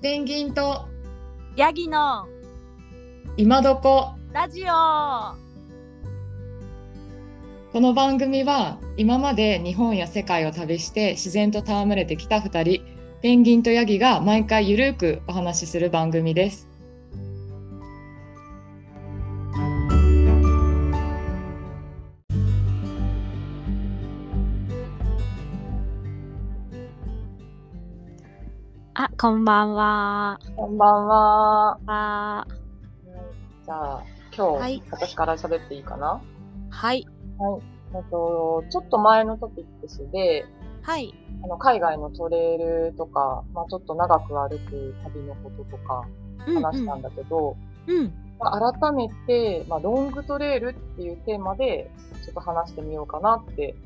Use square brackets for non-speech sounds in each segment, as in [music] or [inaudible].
ペンギンとヤギの今どこラジオこの番組は今まで日本や世界を旅して自然と戯れてきた2人ペンギンとヤギが毎回ゆるーくお話しする番組ですあ、こんばんは。こんばんは。はじゃあ、今日、はい私から喋っていいかなはい。えっと、ちょっと前のトピックスで、はい。あの海外のトレイルとか、まあ、ちょっと長く歩く旅のこととかうんうん話したんだけど、うん。まあ、改めて、まあ、ロングトレイルっていうテーマで、ちょっと話してみようかなって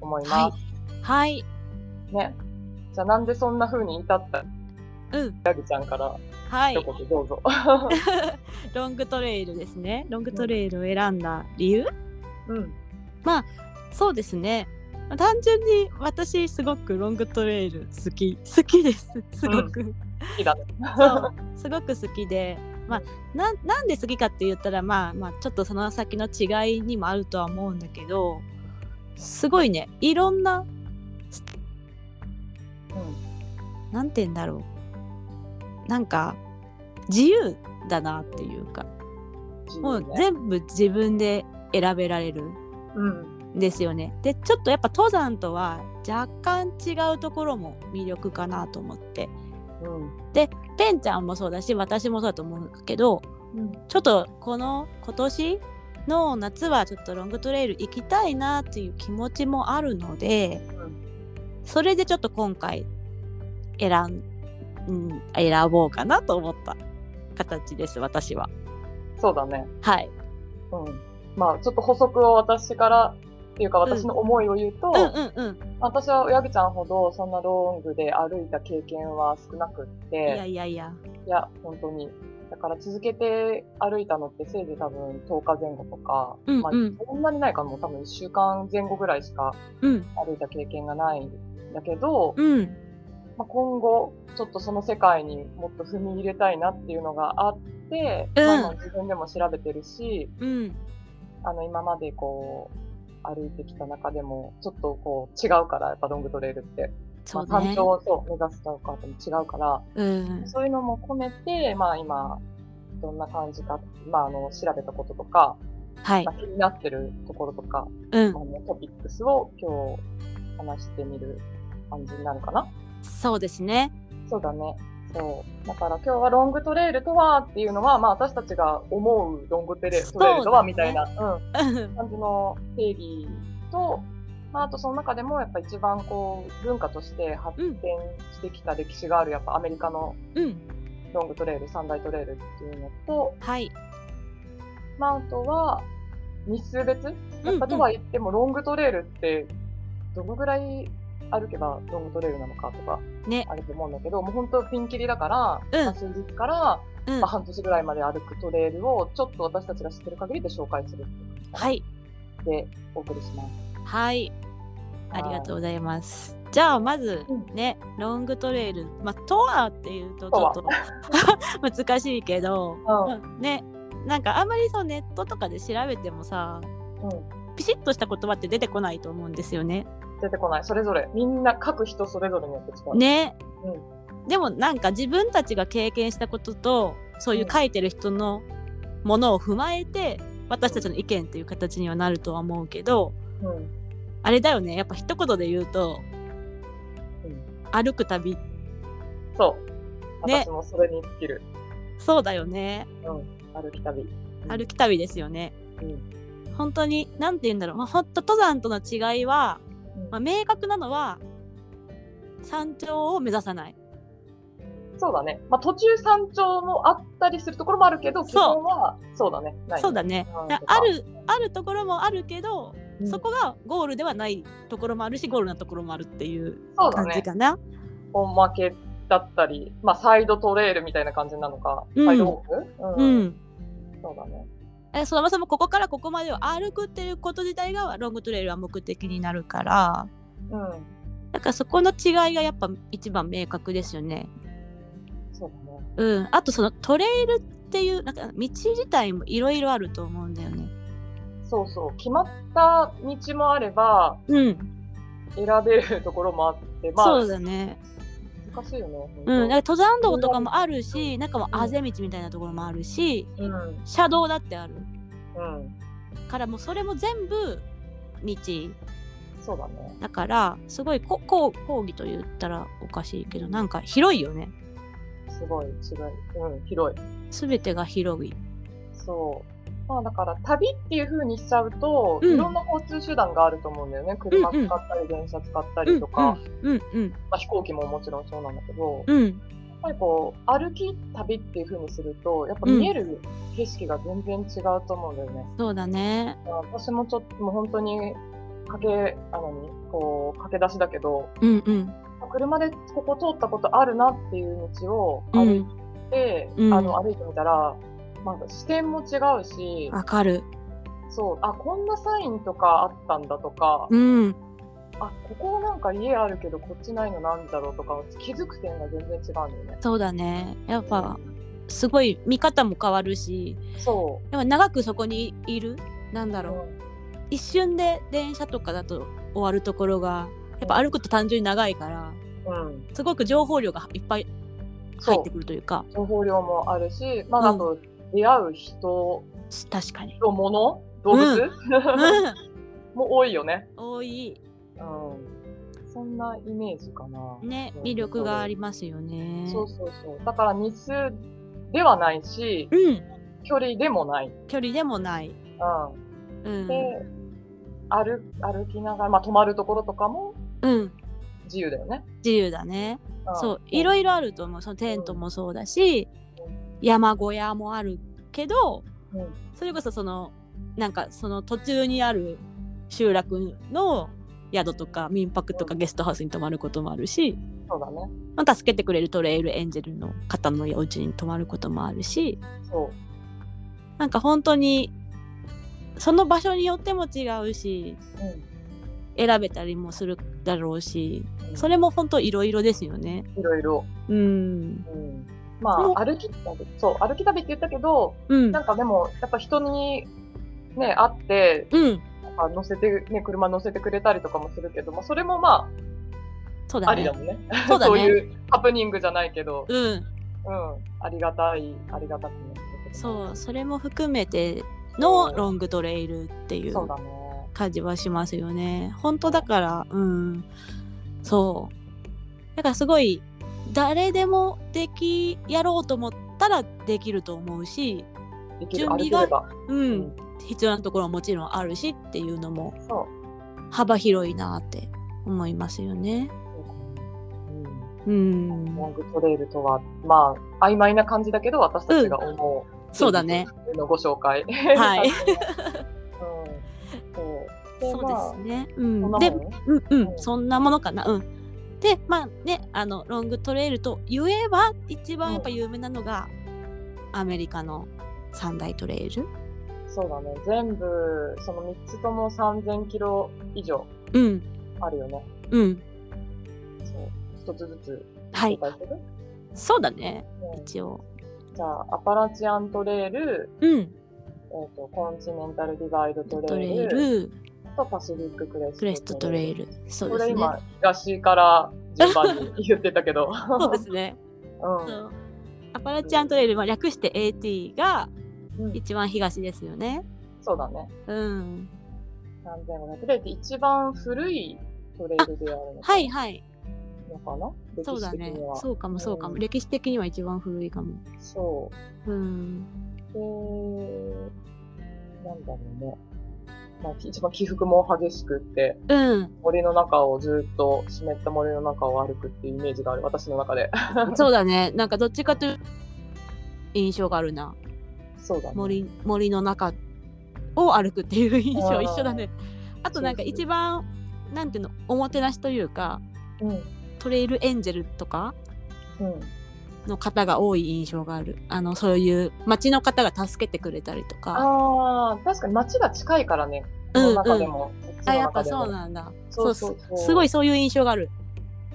思いまはす。い。はい。ね。じゃあ、なんでそんな風に至ったうん。ヤギちゃんからはい一。言どうぞ。ロングトレイルですね。ロングトレイルを選んだ理由、うん。そうですね。単純に私すごくロングトレイル好き好きですすごく、 [laughs] 好きだね。そうすごく好きで、まあ、ななんで好きかって言ったら、まあ、まあちょっとその先の違いにもあるとは思うんだけどすごいねいろんうなん。なんて言うんだろうなんか自由だなっていうか [laughs] 自も由うね全部自分で選べられるうん。んですよね。でちょっとやっぱ登山とは若干違うところも魅力かなと思ってうん。ペンちゃんもそうだし私もそうだと思うんだけどうん。ちょっとこの今年の夏はちょっとロングトレイル行きたいなっていう気持ちもあるので、うんそれでちょっと今回選ん、うん、選ぼうかなと思った形です私は。そうだね。はい、うん。まあ、ちょっと補足を私から、っていうか私の思いを言うと、うんうんうん私はヤギちゃんほどそんなロングで歩いた経験は少なくって、いやいやいやいや、本当に。だから続けて歩いたのってせいぜい多分10日前後とか、うんうんまあそんなにないかも多分1週間前後ぐらいしかうん歩いた経験がないんだけど、うんまあ、今後ちょっとその世界にもっと踏み入れたいなっていうのがあって、うんまあ今自分でも調べてるし、うんあの、今までこう、歩いてきた中でも、ちょっとこう、違うから、やっぱロングトレイルって。そうまあ、ね山。頂をそう目指すとかとも違うから、うんそういうのも込めて、まあ今、どんな感じか、まああの、調べたこととか、はいまあ、気になってるところとか、うんあの、トピックスを今日話してみる感じになるかな。そうですね。そうだね。そう。だから今日はロングトレイルとはっていうのは、まあ私たちが思うロングトレイルそトうだねレイルとはみたいな、うん。うん感じの定義と、まあ、あとその中でもやっぱ一番こう文化として発展してきた歴史があるやっぱアメリカのうんロングトレイル三大トレイルっていうのと、はいまあ、あとは日数別やうんうっんぱとは言ってもロングトレイルってどのぐらい歩けばロングトレイルなのかとかねあると思うんだけど、もう本当ピンキリだから、うんまあ数日から、うんまあ、半年ぐらいまで歩くトレイルをちょっと私たちが知ってる限りで紹介するはいでお送りします。はいありがとうございます。じゃあまずね、ロングトレイル、まあ、とはっていうとちょっと [laughs] 難しいけど、うんまあね、なんかあんまりそうネットとかで調べてもさ、うんピシッとした言葉って出てこないと思うんですよね。出てこない。それぞれ。みんな、書く人それぞれによって違う。ね、でもなんか自分たちが経験したこととそういう書いてる人のものを踏まえて私たちの意見っていう形にはなるとは思うけどうん。あれだよねやっぱ一言で言うと、うん歩く旅そう。ね私もそれに尽きる。そうだよね。歩き旅。うん歩き旅ですよね。うん。本当に何て言うんだろう、まあ、ほんと登山との違いは、まあ、明確なのは山頂を目指さないそうだね。まあ、途中山頂もあったりするところもあるけど、基本は、そうだね。ないそうだねうんだあるあるところもあるけど、うんそこがゴールではないところもあるしゴールなところもあるっていうそうだ感じね。かな、本負けだったり、まあ、サイドトレイルみたいな感じなのか。うんサイドウォークううん。んそうだね。えそもそもここからここまでを歩くっていうこと自体がロングトレイルは目的になるからうん。だからそこの違いがやっぱ一番明確ですよねそうだね。うん、あとそのトレイルっていうなんか道自体もいろいろあると思うんだよね。そうそう。決まった道もあれば、うん、選べるところもあって、まあそう、だね。難しいよね。う本ん、なんか登山道とかもあるし、なんかもうあぜ道みたいなところもあるし、当うん。車道だってあるうん。からもうそれも全部道そうだね。だからすごいここう講義と言ったらおかしいけどなんか広いよねすごい、広い。うん、広い。全てが広いそう。まあだから旅っていう風にしちゃうと、うんいろんな交通手段があると思うんだよね。車使ったり、電車使ったりとか、うんうんまあ、飛行機ももちろんそうなんだけど、やっうんうんぱりこう、歩き旅っていう風にすると、やっぱ見える景色が全然違うと思うんだよね。そうだねまあ私もちょっと、もう本当に、駆け、あのに、こう、駆け出しだけど、うんうん車でここ通ったことあるなっていう道をう歩いんて、うんあの歩いてみたら、まあ、視点も違うし、わかるそう、あ、こんなサインとかあったんだとか、うんあ、ここなんか家あるけどこっちないのなんだろうとか、気づく点が全然違うんだよね。そうだねやっぱすごい見方も変わるしそう。やっぱ長くそこにいるなんだろう一瞬で電車とかだと終わるところがやっぱ歩くと単純に長いからうん。すごく情報量がいっぱい入ってくるというか情報量もあるし、まあ、うあんと、出会う人確かに、と物、動物、うん、 [laughs] も多いよね。多いうん。そんなイメージかな。ねうん魅力がありますよねそうそうそう。だから日数ではないし、うん距離でもない。距離でもない、う。うんんで、歩歩きながら、まあ、泊まるところとかもうん、自由だよね。自由だねんそういろいろあると思うそのテントもそうだしう山小屋もあるけど、うんそれこそそのなんかその途中にある集落の宿とか民泊とかゲストハウスに泊まることもあるし、そうだね。まあ、助けてくれるトレイルエンジェルの方のお家に泊まることもあるしそう。なんか本当にその場所によっても違うし選べたりもするだろうしうん。それも本当いろいろですよね。いろいろ。うん、うん。までもあ、歩き旅、そう、歩き旅って言ったけど、うんなんかでも、やっぱ人に、ね、会って、うん、なんか乗せて、ね、車乗せてくれたりとかもするけども、それもまそうあ、あだりねだ。もんね。 [laughs] そうだねいうハプニングじゃないけど、うん、うん、ありがたい、ありがたくね。そう、それも含めてのロングトレイルっていうそうだね。感じはしますよね。本当だから、うん、そう。だからすごい誰でもできやろうと思ったらできると思うし、できる、準歩備けがれば。うん、うん必要なところももちろんあるしっていうのもそう。幅広いなって思いますよね。そうかうんうん、ロングトレイルとは、まあ、曖昧な感じだけど、私たちが思う、そうだね。のご紹介。はいうん。そう。でそうですね。うまあそんなん、でもん、ねうんううんん、そんなものかな。うん。で、まあね、あの、ロングトレイルと言えば、一番やっぱ有名なのが、アメリカの三大トレイル。そうだね。全部、その3つとも3000キロ以上うん、あるよね。うん。そう。一つずつはい紹。介する、そうだね、うん一応。じゃあ、アパラチアントレイル、うん。えーと、コンチネンタルディバイドトトレレイイル、ル、あとパシフィッククレストクレストトレイル。ル。そうこでれすね。今、東から順番に言ってたけど。そうですね。うそうアパラチアントレイル、まあ、略して AT がん。うん、一番東ですよね。そうだね。うん。 3500で一番古いトレイルであるのかはいはい。のかな歴そう史だ的ねには。。そうかもそうかも。うん歴史的には一番古いかも。そう。うん。で、なんだろうね。まあ、一番起伏も激しくって、うん。森の中をずっと湿った森の中を歩くっていうイメージがある、私の中 [laughs] で。そうだね。なんかどっちかという印象があるな。そうだね。森森の中を歩くっていう印あ象ー一緒だね。あとなんかそうそう一番なんていうのおもてなしというかうん。うん。トレイルエンジェルとかの方が多い印象がある。あのそういう町の方が助けてくれたりとか。ああ、確かに街が近いからね。こうんうのん中でも。こっちあのやっ中ぱでもそうなんだ。そうそうそうすすごいそういう印象がある。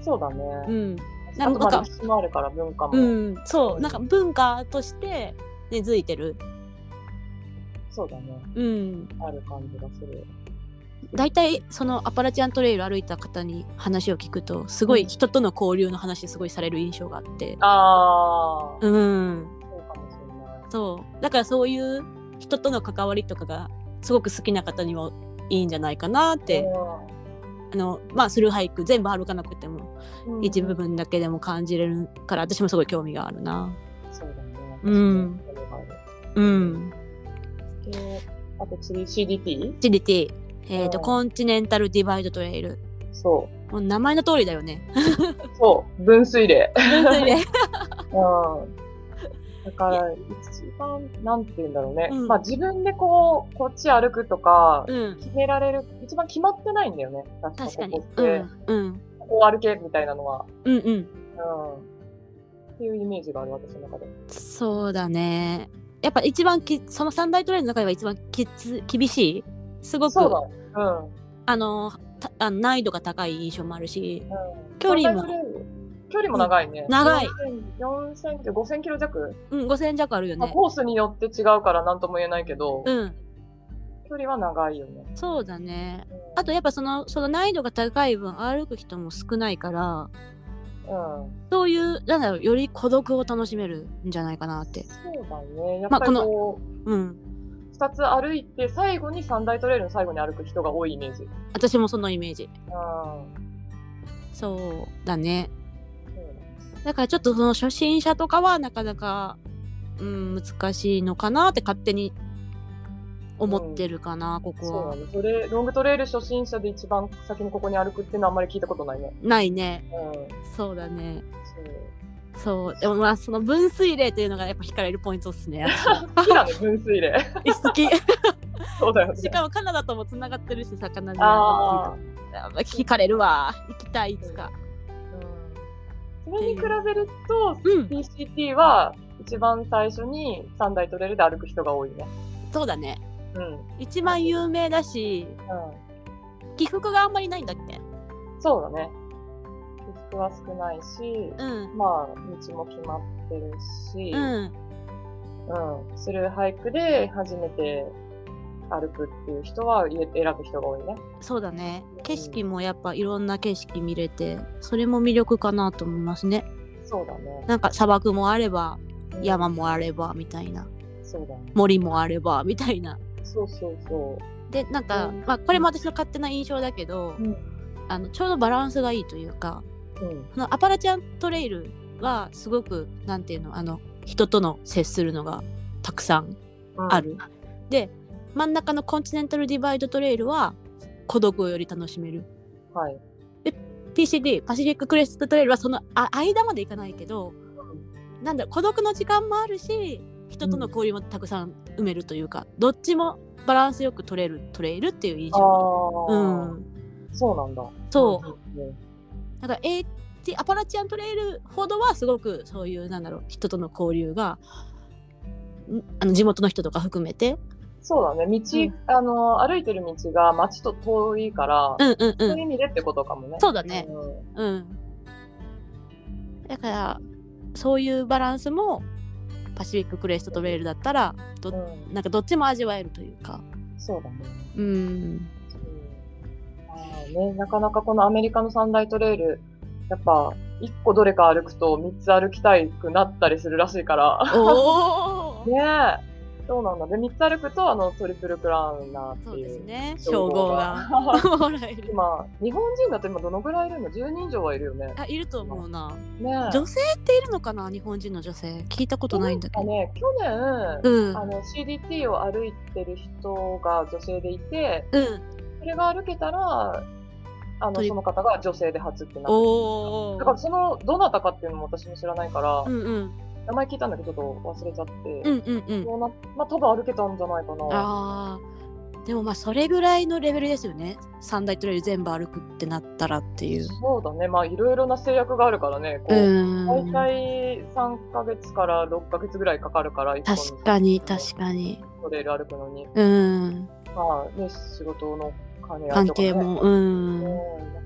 そうだね。うん。なあんとまあか歴史もあるから文化も、うんそうなんか文化として根付いてる、そうだねうん、ある感じがする大体そのアパラチアントレイル歩いた方に話を聞くとすごい人との交流の話すごいされる印象があってああ、うんそうかもしれないそうだからそういう人との関わりとかがすごく好きな方にもいいんじゃないかなって、あのまあスルーハイク全部歩かなくてもうん一部分だけでも感じれるから私もすごい興味があるなそうだねうん確かにそれがあるうんであと次 CDT? チリティえーとうんコンチネンタルディバイドトレイルそ [laughs] もう名前の通りだよね [laughs] [laughs] う。そう。分水嶺。それでうん。だから、一番、なんて言うんだろうね。うんまあ自分でこう、こっち歩くとか、 [laughs] うん決められる、一番決まってないんだよね。確か確かにここっうて、んうんここを歩けみたいなのは。うんうんうん。っていうイメージがある、私の中で。そうだねやっぱ一番きその三大トレイルの中では一番きつ厳しいすごくそうだ。うん。あのたあの難易度が高い印象もあるしうん、距離も三大トレイル。距離も長いね。長い4000、4000 5000キロ弱、うん、5000弱あるよまあ、ね。コースによって違うから何とも言えないけど、うん、距離は長いよね。そうだね。うんあとやっぱそのその難易度が高い分歩く人も少ないからうんそういうなんだろうより孤独を楽しめるんじゃないかなって。そうだね。やっまあぱりこのこう、うん二つ歩いて、最後に三大トレイルの最後に歩く人が多いイメージ。うん。私もそのイメージ。そそうだね。うだねだからちょっとその初心者とかはなかなか、うん、難しいのかなって勝手に思ってるかな、ここそうはだ。ね。それ、ロングトレイル初心者で一番先にここに歩くっていうのはあんまり聞いたことないね。ないねうん。。そう。 [laughs] そうだね。そう。でもまあその分水嶺というのがやっぱ惹かれるポイントっすね。好きだね、分水嶺。 [laughs] 私好き。そうだよしね。かもカナダともつながってるし魚にああ。聞かれるわ行きたいいつかうんそれに比べると、うん PCT は一番最初に三大トレイルで歩く人が多いね。そうだねうん。う一番有名だしん。起伏があんまりないんだっけそうだね。起伏は少ないし、うんまあ、道も決まってるし、うんうん。する俳句で初めて歩くっていう人は選ぶ人が多いね。そうだね景色もやっぱいろんな景色見れてそれも魅力かなと思いますねそうだね。なんか砂漠もあればうん山。もあればみたいなそうだね。森もあればみたいなそうそうそでなんか、うんまあ、これも私の勝手な印象だけどう。うん。あのちょうどバランスがいいというかうん。このアパラチアントレイルはすごくなんていうのあの人との接するのがたくさんある、で真ん中のコンチネンタルディバイドトレイルは孤独をより楽しめるはい。 PCD パシフィッククレストトレイルはそのあ間までいかないけどなんだろう孤独の時間もあるし人との交流もたくさん埋めるというか、どっちもバランスよく取れるトレイルっていう印あ象あ、うんそうなんだ。そううん。うんだから AT アパラチアントレイルほどはすごくそういうなんだろう人との交流がんあの地元の人とか含めてそうだね。道、うんあの、歩いてる道が街と遠いから、うんうんうそういうん意味でってことかもね。そうだねうんうんだからそういうバランスもパシフィッククレストトレイルだったらどうんなんかどっちも味わえるというかそうだね。うんうんまあね、なかなかこのアメリカの三大トレイル、やっぱ、一個どれか歩くと三つ歩きたいくなったりするらしいから。お [laughs] おねえ。そうなんだ。で、三つ歩くと、あの、トリプルクラウンナーってそうでいすう。ね称称号号がが [laughs] もらえる今、日本人だと今どのぐらいいるの ?10 人以上はいるよね。あいると思うなねえ。女性っているのかな日本人の女性聞いたことないんだけどね、去年、うんあの CDT を歩いてる人が女性でいて、うんそれが歩けたら、あのトリその方が女性で初ってなって。おおだからそのどなたかっていうのも私も知らないから、うんうん名前聞いたんだけどちょっと忘れちゃって、うんうんうんそうなまあ多分歩けたんじゃないかな。あーでもまあそれぐらいのレベルですよね三大トレイル全部歩くってなったらっていうそうだね、まあいろいろな制約があるからね、こううー大ん体3ヶ月から6ヶ月ぐらいかかるから、一確かに確かにトレイル歩くのに、うんまあね、仕事の兼ね合い関とか、係ね、も、うん、うんな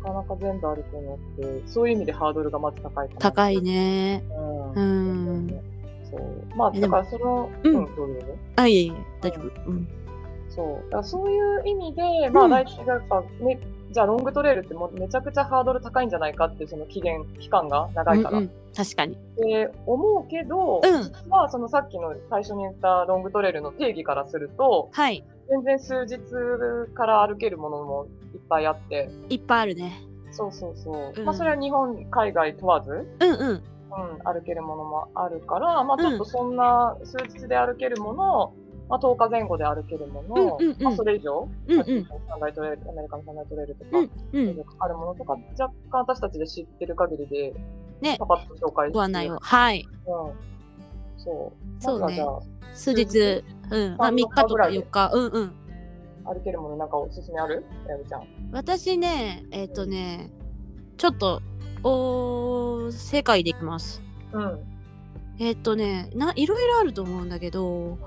かなか全部あると思って、そういう意味でハードルがまず高いかな。高い。ね。うん。うんそう。まあ、えだからその、でもうん、どういうのあ、いえいえ、大丈夫。うん。そう。だからそういう意味で、まうあ、ん来週がやっぱ、ね、じゃあロングトレイルってもうめちゃくちゃハードル高いんじゃないかっていう、その期限、期間が長いから。うんうん確かに。って思うけど、うん実はそのさっきの最初に言ったロングトレイルの定義からすると、はい。全然数日から歩けるものもいっぱいあって、いっぱいあるね。そうそうそう。うんまあそれは日本、海外問わず、うん、うんうん。歩けるものもあるから、まあうんちょっとそんな数日で歩けるもの、まあ10日前後で歩けるもの、うんうんうんまあそれ以上、うんさっきうん。の三大トレイル、アメリカの三大トレイルとか、うんうん。あるものとか、若干私たちで知ってる限りで、ねパパッと紹介してご案内を。。はい。うん。そう。そうねまずはじゃあ数日、うん。まあ、3日とか4日。うんうん。歩けるものなんかおすすめあるやみちゃん。私ね、えっ、とね、ちょっと、お世界でいきます。うん。えっ、とねないろいろあると思うんだけど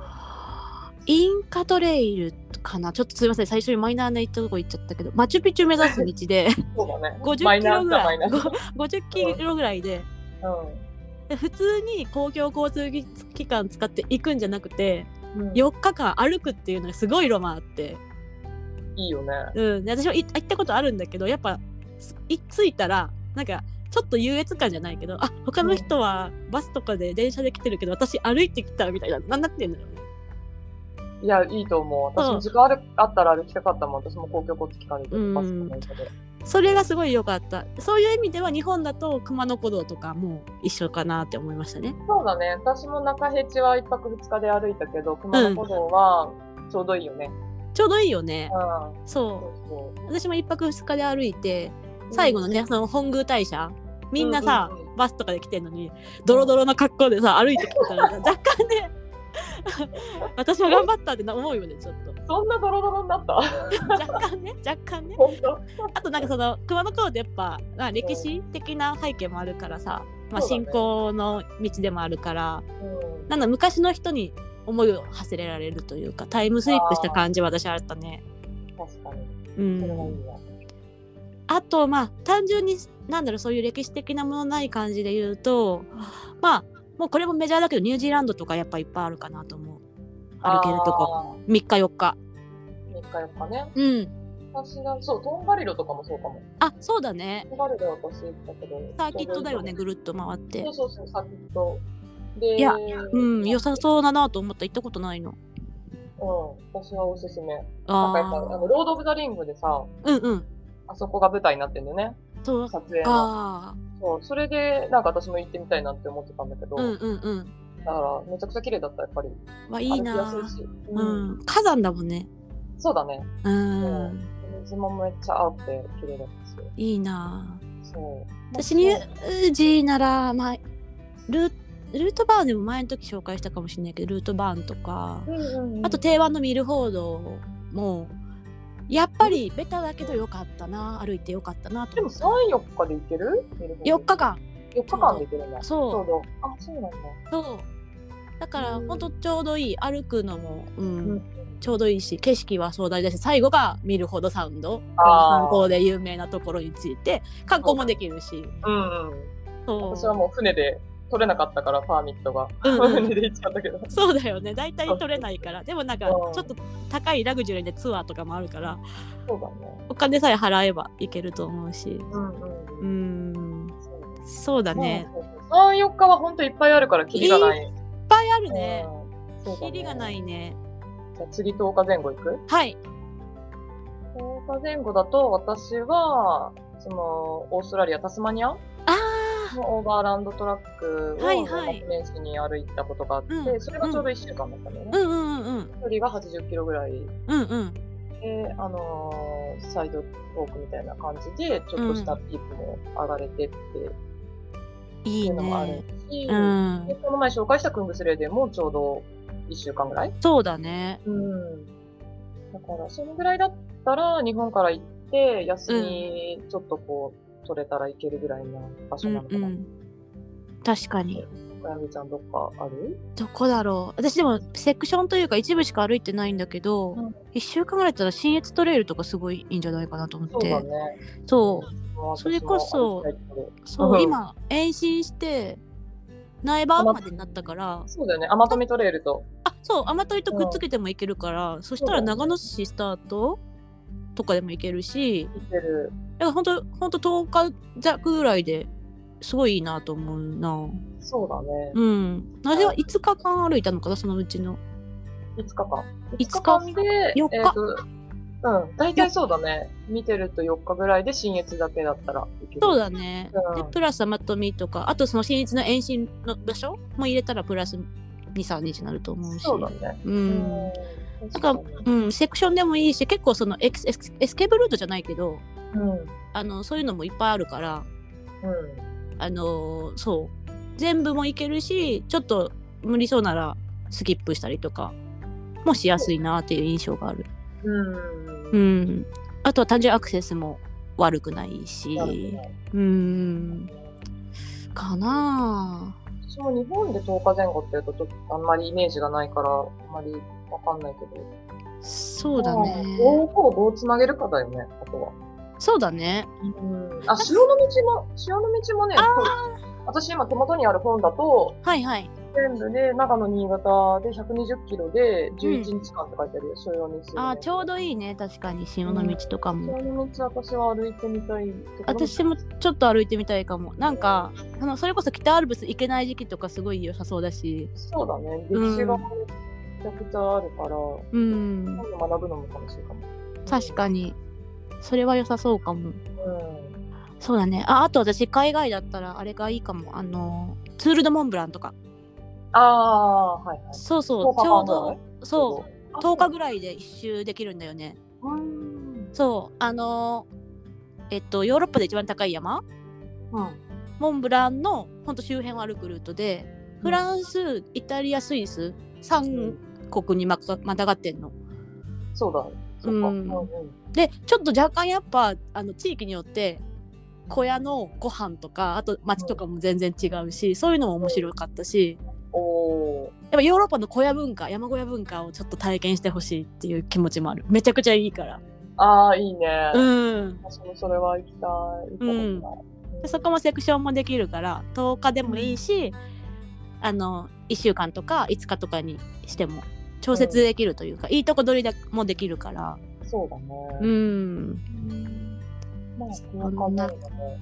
インカトレイルかなちょっとすいません最初にマイナーなとこ行っちゃったけどマチュピチュ目指す道でそうだね。 50キロぐらマいイナーだマイ50キロぐらいでナーで普通に公共交通機関使って行くんじゃなくてうん。うん、 4日間歩くっていうのがすごいロマンあって、いいよね。うん、で私も行行ったことあるんだけどやっぱすい着いたらなんかちょっと優越感じゃないけどあ他の人はバスとかで電車で来てるけど私歩いてきたみたいななんなってんだろうね。いや、いいと思う。私うもん時間あるあったら歩きたかったもん。私も公共交通機関でうんバスとか行って。それがすごい良かったそういう意味では日本だと熊野古道とかも一緒かなって思いましたねそうだね。私も中辺地は一泊二日で歩いたけど、熊野古道はちょうどいいよね。ちょうどいいよねうん。そそうそう私も一泊二日で歩いてう。最後のねその本宮大社みんなさ、うんうんうんバスとかで来てんのにドロドロの格好でさ歩いてきてた [laughs] らさ若干ね [laughs] 私は頑張ったってな思うよねちょっとうん。そんなドロドロになった若干ね若干ね本当あとなんかその熊野古道ってやっぱ、まあ、歴史的な背景もあるからさ、まあ、そうだね信仰の道でもあるから、うんなんだ昔の人に思いを馳せられるというかタイムスリップした感じは私はあったね。確かに。うそれはいいん、わ。あとまあ単純になんだろうそういう歴史的なものない感じで言うとまあもうこれもメジャーだけどニュージーランドとかやっぱいっぱいあるかなと思う歩けるとここ。 3日4日。 3日4日ね。うん、私が、そう、トンガリロとかもそうかも。あそうだねトンガリロは私行ったけど。サーキットだよねちぐるっと回っょうてどいい。そうそうそう、サーキット。で、いやうん良さそうだなと思った行ったことないうの。ん、私はおすすめ。なんかやっぱ、ああの、ロード・オブ・ザ・リングでさ、あうんうん。あそこが舞台になってんだよね。そう撮影の。かそう、それで、なんか私も行ってみたいなって思ってたんだけど、うんうんうん。だから、めちゃくちゃ綺麗だった、やっぱり。わいいな歩きやすいし。うん。火山だもんね。そうだね。うん。水もめっちゃ青くて綺麗だったし。いいなぁそう。私ニュージーなら、まあ、ルルートバーンでも前の時紹介したかもしれないけどルートバーンとかうんうんうんあと定番のミルフォードもやっぱりベタだけどよかったな歩いてよかったなとでも思った3、4日で行ける4日間4日間で行けるんだ。そうちょうど。あ、そうなんだ。そうだからうんほんとちょうどいい歩くのも、ううんん、ちょうどいいし景色は壮大だし最後がミルフォードサウンドあー観光で有名なところについて観光もできるしうんうん。そう私はもう船で取れなかったから、パーミットが。うんうん船で行っちゃったけど。 [laughs] そうだよね大体取れないからでもなんかちうょんっと高いラグジュアリーでツアーとかもあるからそうだね。お金さえ払えばいけると思うしうんう。うんんそうだね、 3、4日は本当いっぱいあるから、キリがない。いっぱいあるねうんそうだキねリがない。ねじゃあ次10日前後行くはい ?10 日前後だと、私は、その、オーストラリア、タスマニアあのオーバーランドトラックを、はいはい年始に歩いたことがあって、うんそれがちょうど1週間だったのね。ーうんうんうんうん距離が80キロぐらいうんうんで、あのーサイドトークみたいな感じで、ちょっとしたピークも上がれてっていいいうのもあるねし、うんでこの前紹介したクングスレーデンもちょうど1週間ぐらい、そうだねうん、だから、そのぐらいだったら、日本から行って、休み、ちょっとこう、取れたらいけるぐらいな場所うんなのかな。うん確かにやみちゃんどっかあるどこだろう私でもセクションというか一部しか歩いてないんだけど、うん1週間ぐらいだったら新越トレイルとかすごいいいんじゃないかなと思っそうてだね。そうそれこそ私も歩きたいけどそううん今延伸して苗場までになったからそうだよね。甘富トレイルと。あそう甘とりとくっつけてもいけるから、そしたら長野市スタートとかでもいけるし行ってる。だから本当本当10日弱ぐらいですごいいいなと思うなそうだね。うん私は5日間歩いたのかなそのうちの5日間。 5日5日間で、 4日えーとうん、大体そうだね。見てると4日ぐらいで新越だけだったらいける。そうだね。うんで、プラス甘とみとか、あとその新日の延伸の場所も入れたらプラス2、3日になると思うし。そうだね。う。うんん。とかうん、セクションでもいいし、結構そのエクスエクスエスケープルートじゃないけど、うん。うん。あの、そういうのもいっぱいあるから、あのーそう。全部もいけるし、ちょっと無理そうならスキップしたりとかもしやすいなっていう印象がある。うん。ううんん。あとは単純にアクセスも悪くないし。うん。かなあ私も日本で10日前後っていうと、ちょっとあんまりイメージがないから、あんまりわかんないけど。そうだまあね。どこをどうつなげるかだよね、あとは。そうだね。うんあ、潮の道も、潮の道もね、私今手元にある本だと、はいはい。全部で、長野、新潟で120キロで11日間って書いてあるよ、所要日数。あーちょうどいいね。確かに潮の道とかも。所要日数私は歩いてみたいところ。私もちょっと歩いてみたいかも。なんか、そのそれこそ北アルプス行けない時期とかすごい良さそうだし。そうだね、歴史がめちゃくちゃあるから、うん。今度学ぶのも楽しいかも。確かに。それは良さそうかうも。ん。そうだね。あ、あと私、海外だったらあれがいいかも。あのー、ツール・ド・モンブランとか。ああ、はいはい。そうそ10う。ち日ょ間うぐらどい、そう。10日ぐらいで一周できるんだよね。うん。そう。あのー、えっと、ヨーロッパで一番高い山うん。モンブランのほんと周辺を歩くルートでフランスイタリアスイス3国にまかまたがってんの。そうだね。そっか。うんでちょっと若干やっぱあの地域によって小屋のご飯とかあと街とかも全然違うしそういうのも面白かったしおおやっぱヨーロッパの小屋文化山小屋文化をちょっと体験してほしいっていう気持ちもあるめちゃくちゃいいから。ー。ああ、いいね。うん私もそれは行きたい。行ったことないでそこもセクションもできるから10日でもいいし、あの1週間とか5日とかにしても調節できるというか、いいとこ取りだもできるからそうだうね。んまあ、こんな感じだね。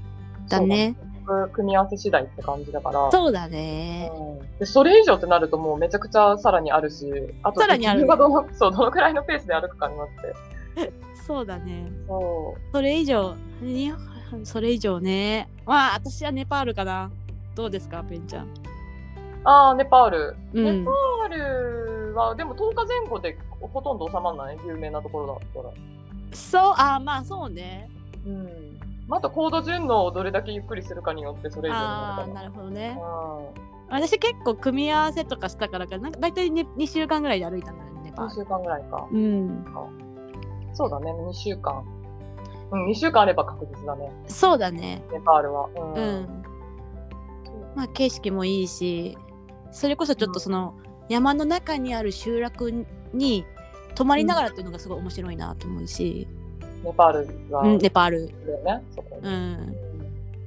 だねそうだね。組み合わせ次第って感じだから。そうだねうんでそれ以上ってなるともうめちゃくちゃさらにあるし、あとさらにある自分がどのそう [laughs] どのくらいのペースで歩くかになって。そうだねそそれ以上に [laughs] それ以上ねまあ私はネパールかなどうですかペンちゃんう。ああ、ネパール。うネんパールは、でも10日前後でほとんど収まらない有名なところだったら。そうあまあそうねうん。まああと、高度順応をどれだけゆっくりするかによってそれ以上にあなーるかなるほどねら。うん。私結構組み合わせとかしたからかなんか大体 2, 2週間ぐらいで歩いたんだよねネパ3ール週間ぐらいか。うんそうだね、2週間。うん、2週間あれば確実だね、そうだねネパールは。う。うんんまあ景色もいいしそれこそちょっとその山の中にある集落に泊まりながらっていうのがすごい面白いなと思うし、ネパールは、うん、ネパール、だよね、そこ、うん、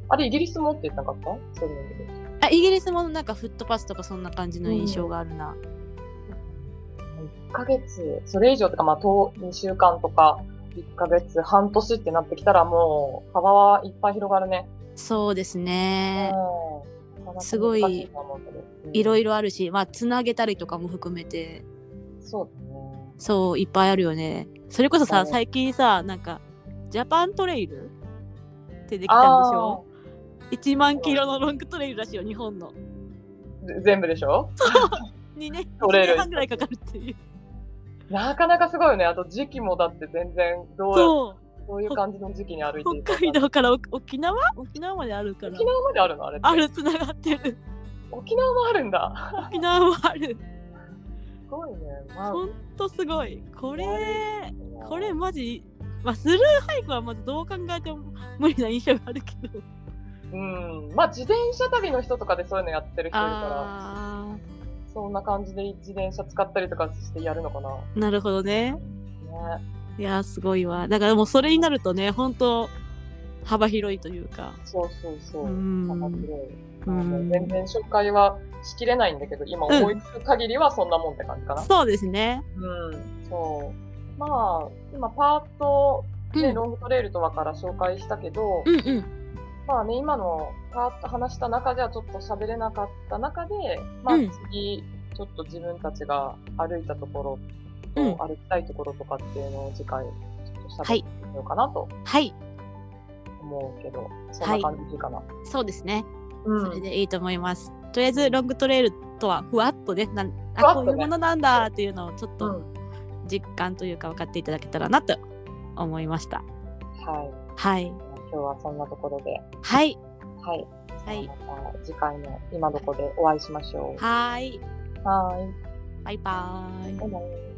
あれ、イギリスもって言ってなかったそういうので。あイギリスもなんかフットパスとかそんな感じの印象があるな、 1ヶ月、それ以上とか、まあ、2週間とか、1ヶ月、半年ってなってきたら、もう、幅はいっぱい広がるね。そうですね、うんなかなか難しすごいと思うけどうんいろいろあるしまあつなげたりとかも含めてそうだね。そういっぱいあるよねそれこそさ、うん最近さなんかジャパントレイルってできたんでしょ1万キロのロングトレイルらしいよ日本のあーぜ全部でしょ2年トレイル1年半ぐらいかかるっていうなかなかすごいよね。あと時期もだって全然どうそどういう感じの時期に歩いてういいか北海道から沖沖縄沖縄まであるから沖縄まであるのあれってあるつながってる沖縄もあるんだ。沖縄もあるすごいね。まあほんとすごいこれこれうんマジまあスルーハイクはまずどう考えても無理な印象があるけどうん、まあ自転車旅の人とかでそういうのやってる人いるかあら、そんな感じで自転車使ったりとかしてやるのかな。ーなるほどねね、いやーすごいわだからもうそれになるとね本当幅広いというかそうそうそう。うん幅広いうん全然紹介はしきれないんだけど、今思いつく限りはそんなもんって感じかな。そうですねうん、そう。まあ、今パートうんでロングトレイルとはから紹介したけど、うんうんまあね、今のパーッと話した中ではちょっと喋れなかった中で、まあうん次、ちょっと自分たちが歩いたところと、うん歩きたいところとかっていうのを次回、ちょっと喋ってみようかなとはい思うけど、そんな感じかな。そうですねうんそれでいいと思います。とりあえずロングトレイルとはふわっとね、なんふわあっことうねいうものなんだっていうのをちょっうとん実感というか分かっていただけたらなと思いました。はい。はい。今日はそんなところで、はい。はい。はい。また次回の今どこでお会いしましょう。はーい。はーい。バイバーイ。バイバイ。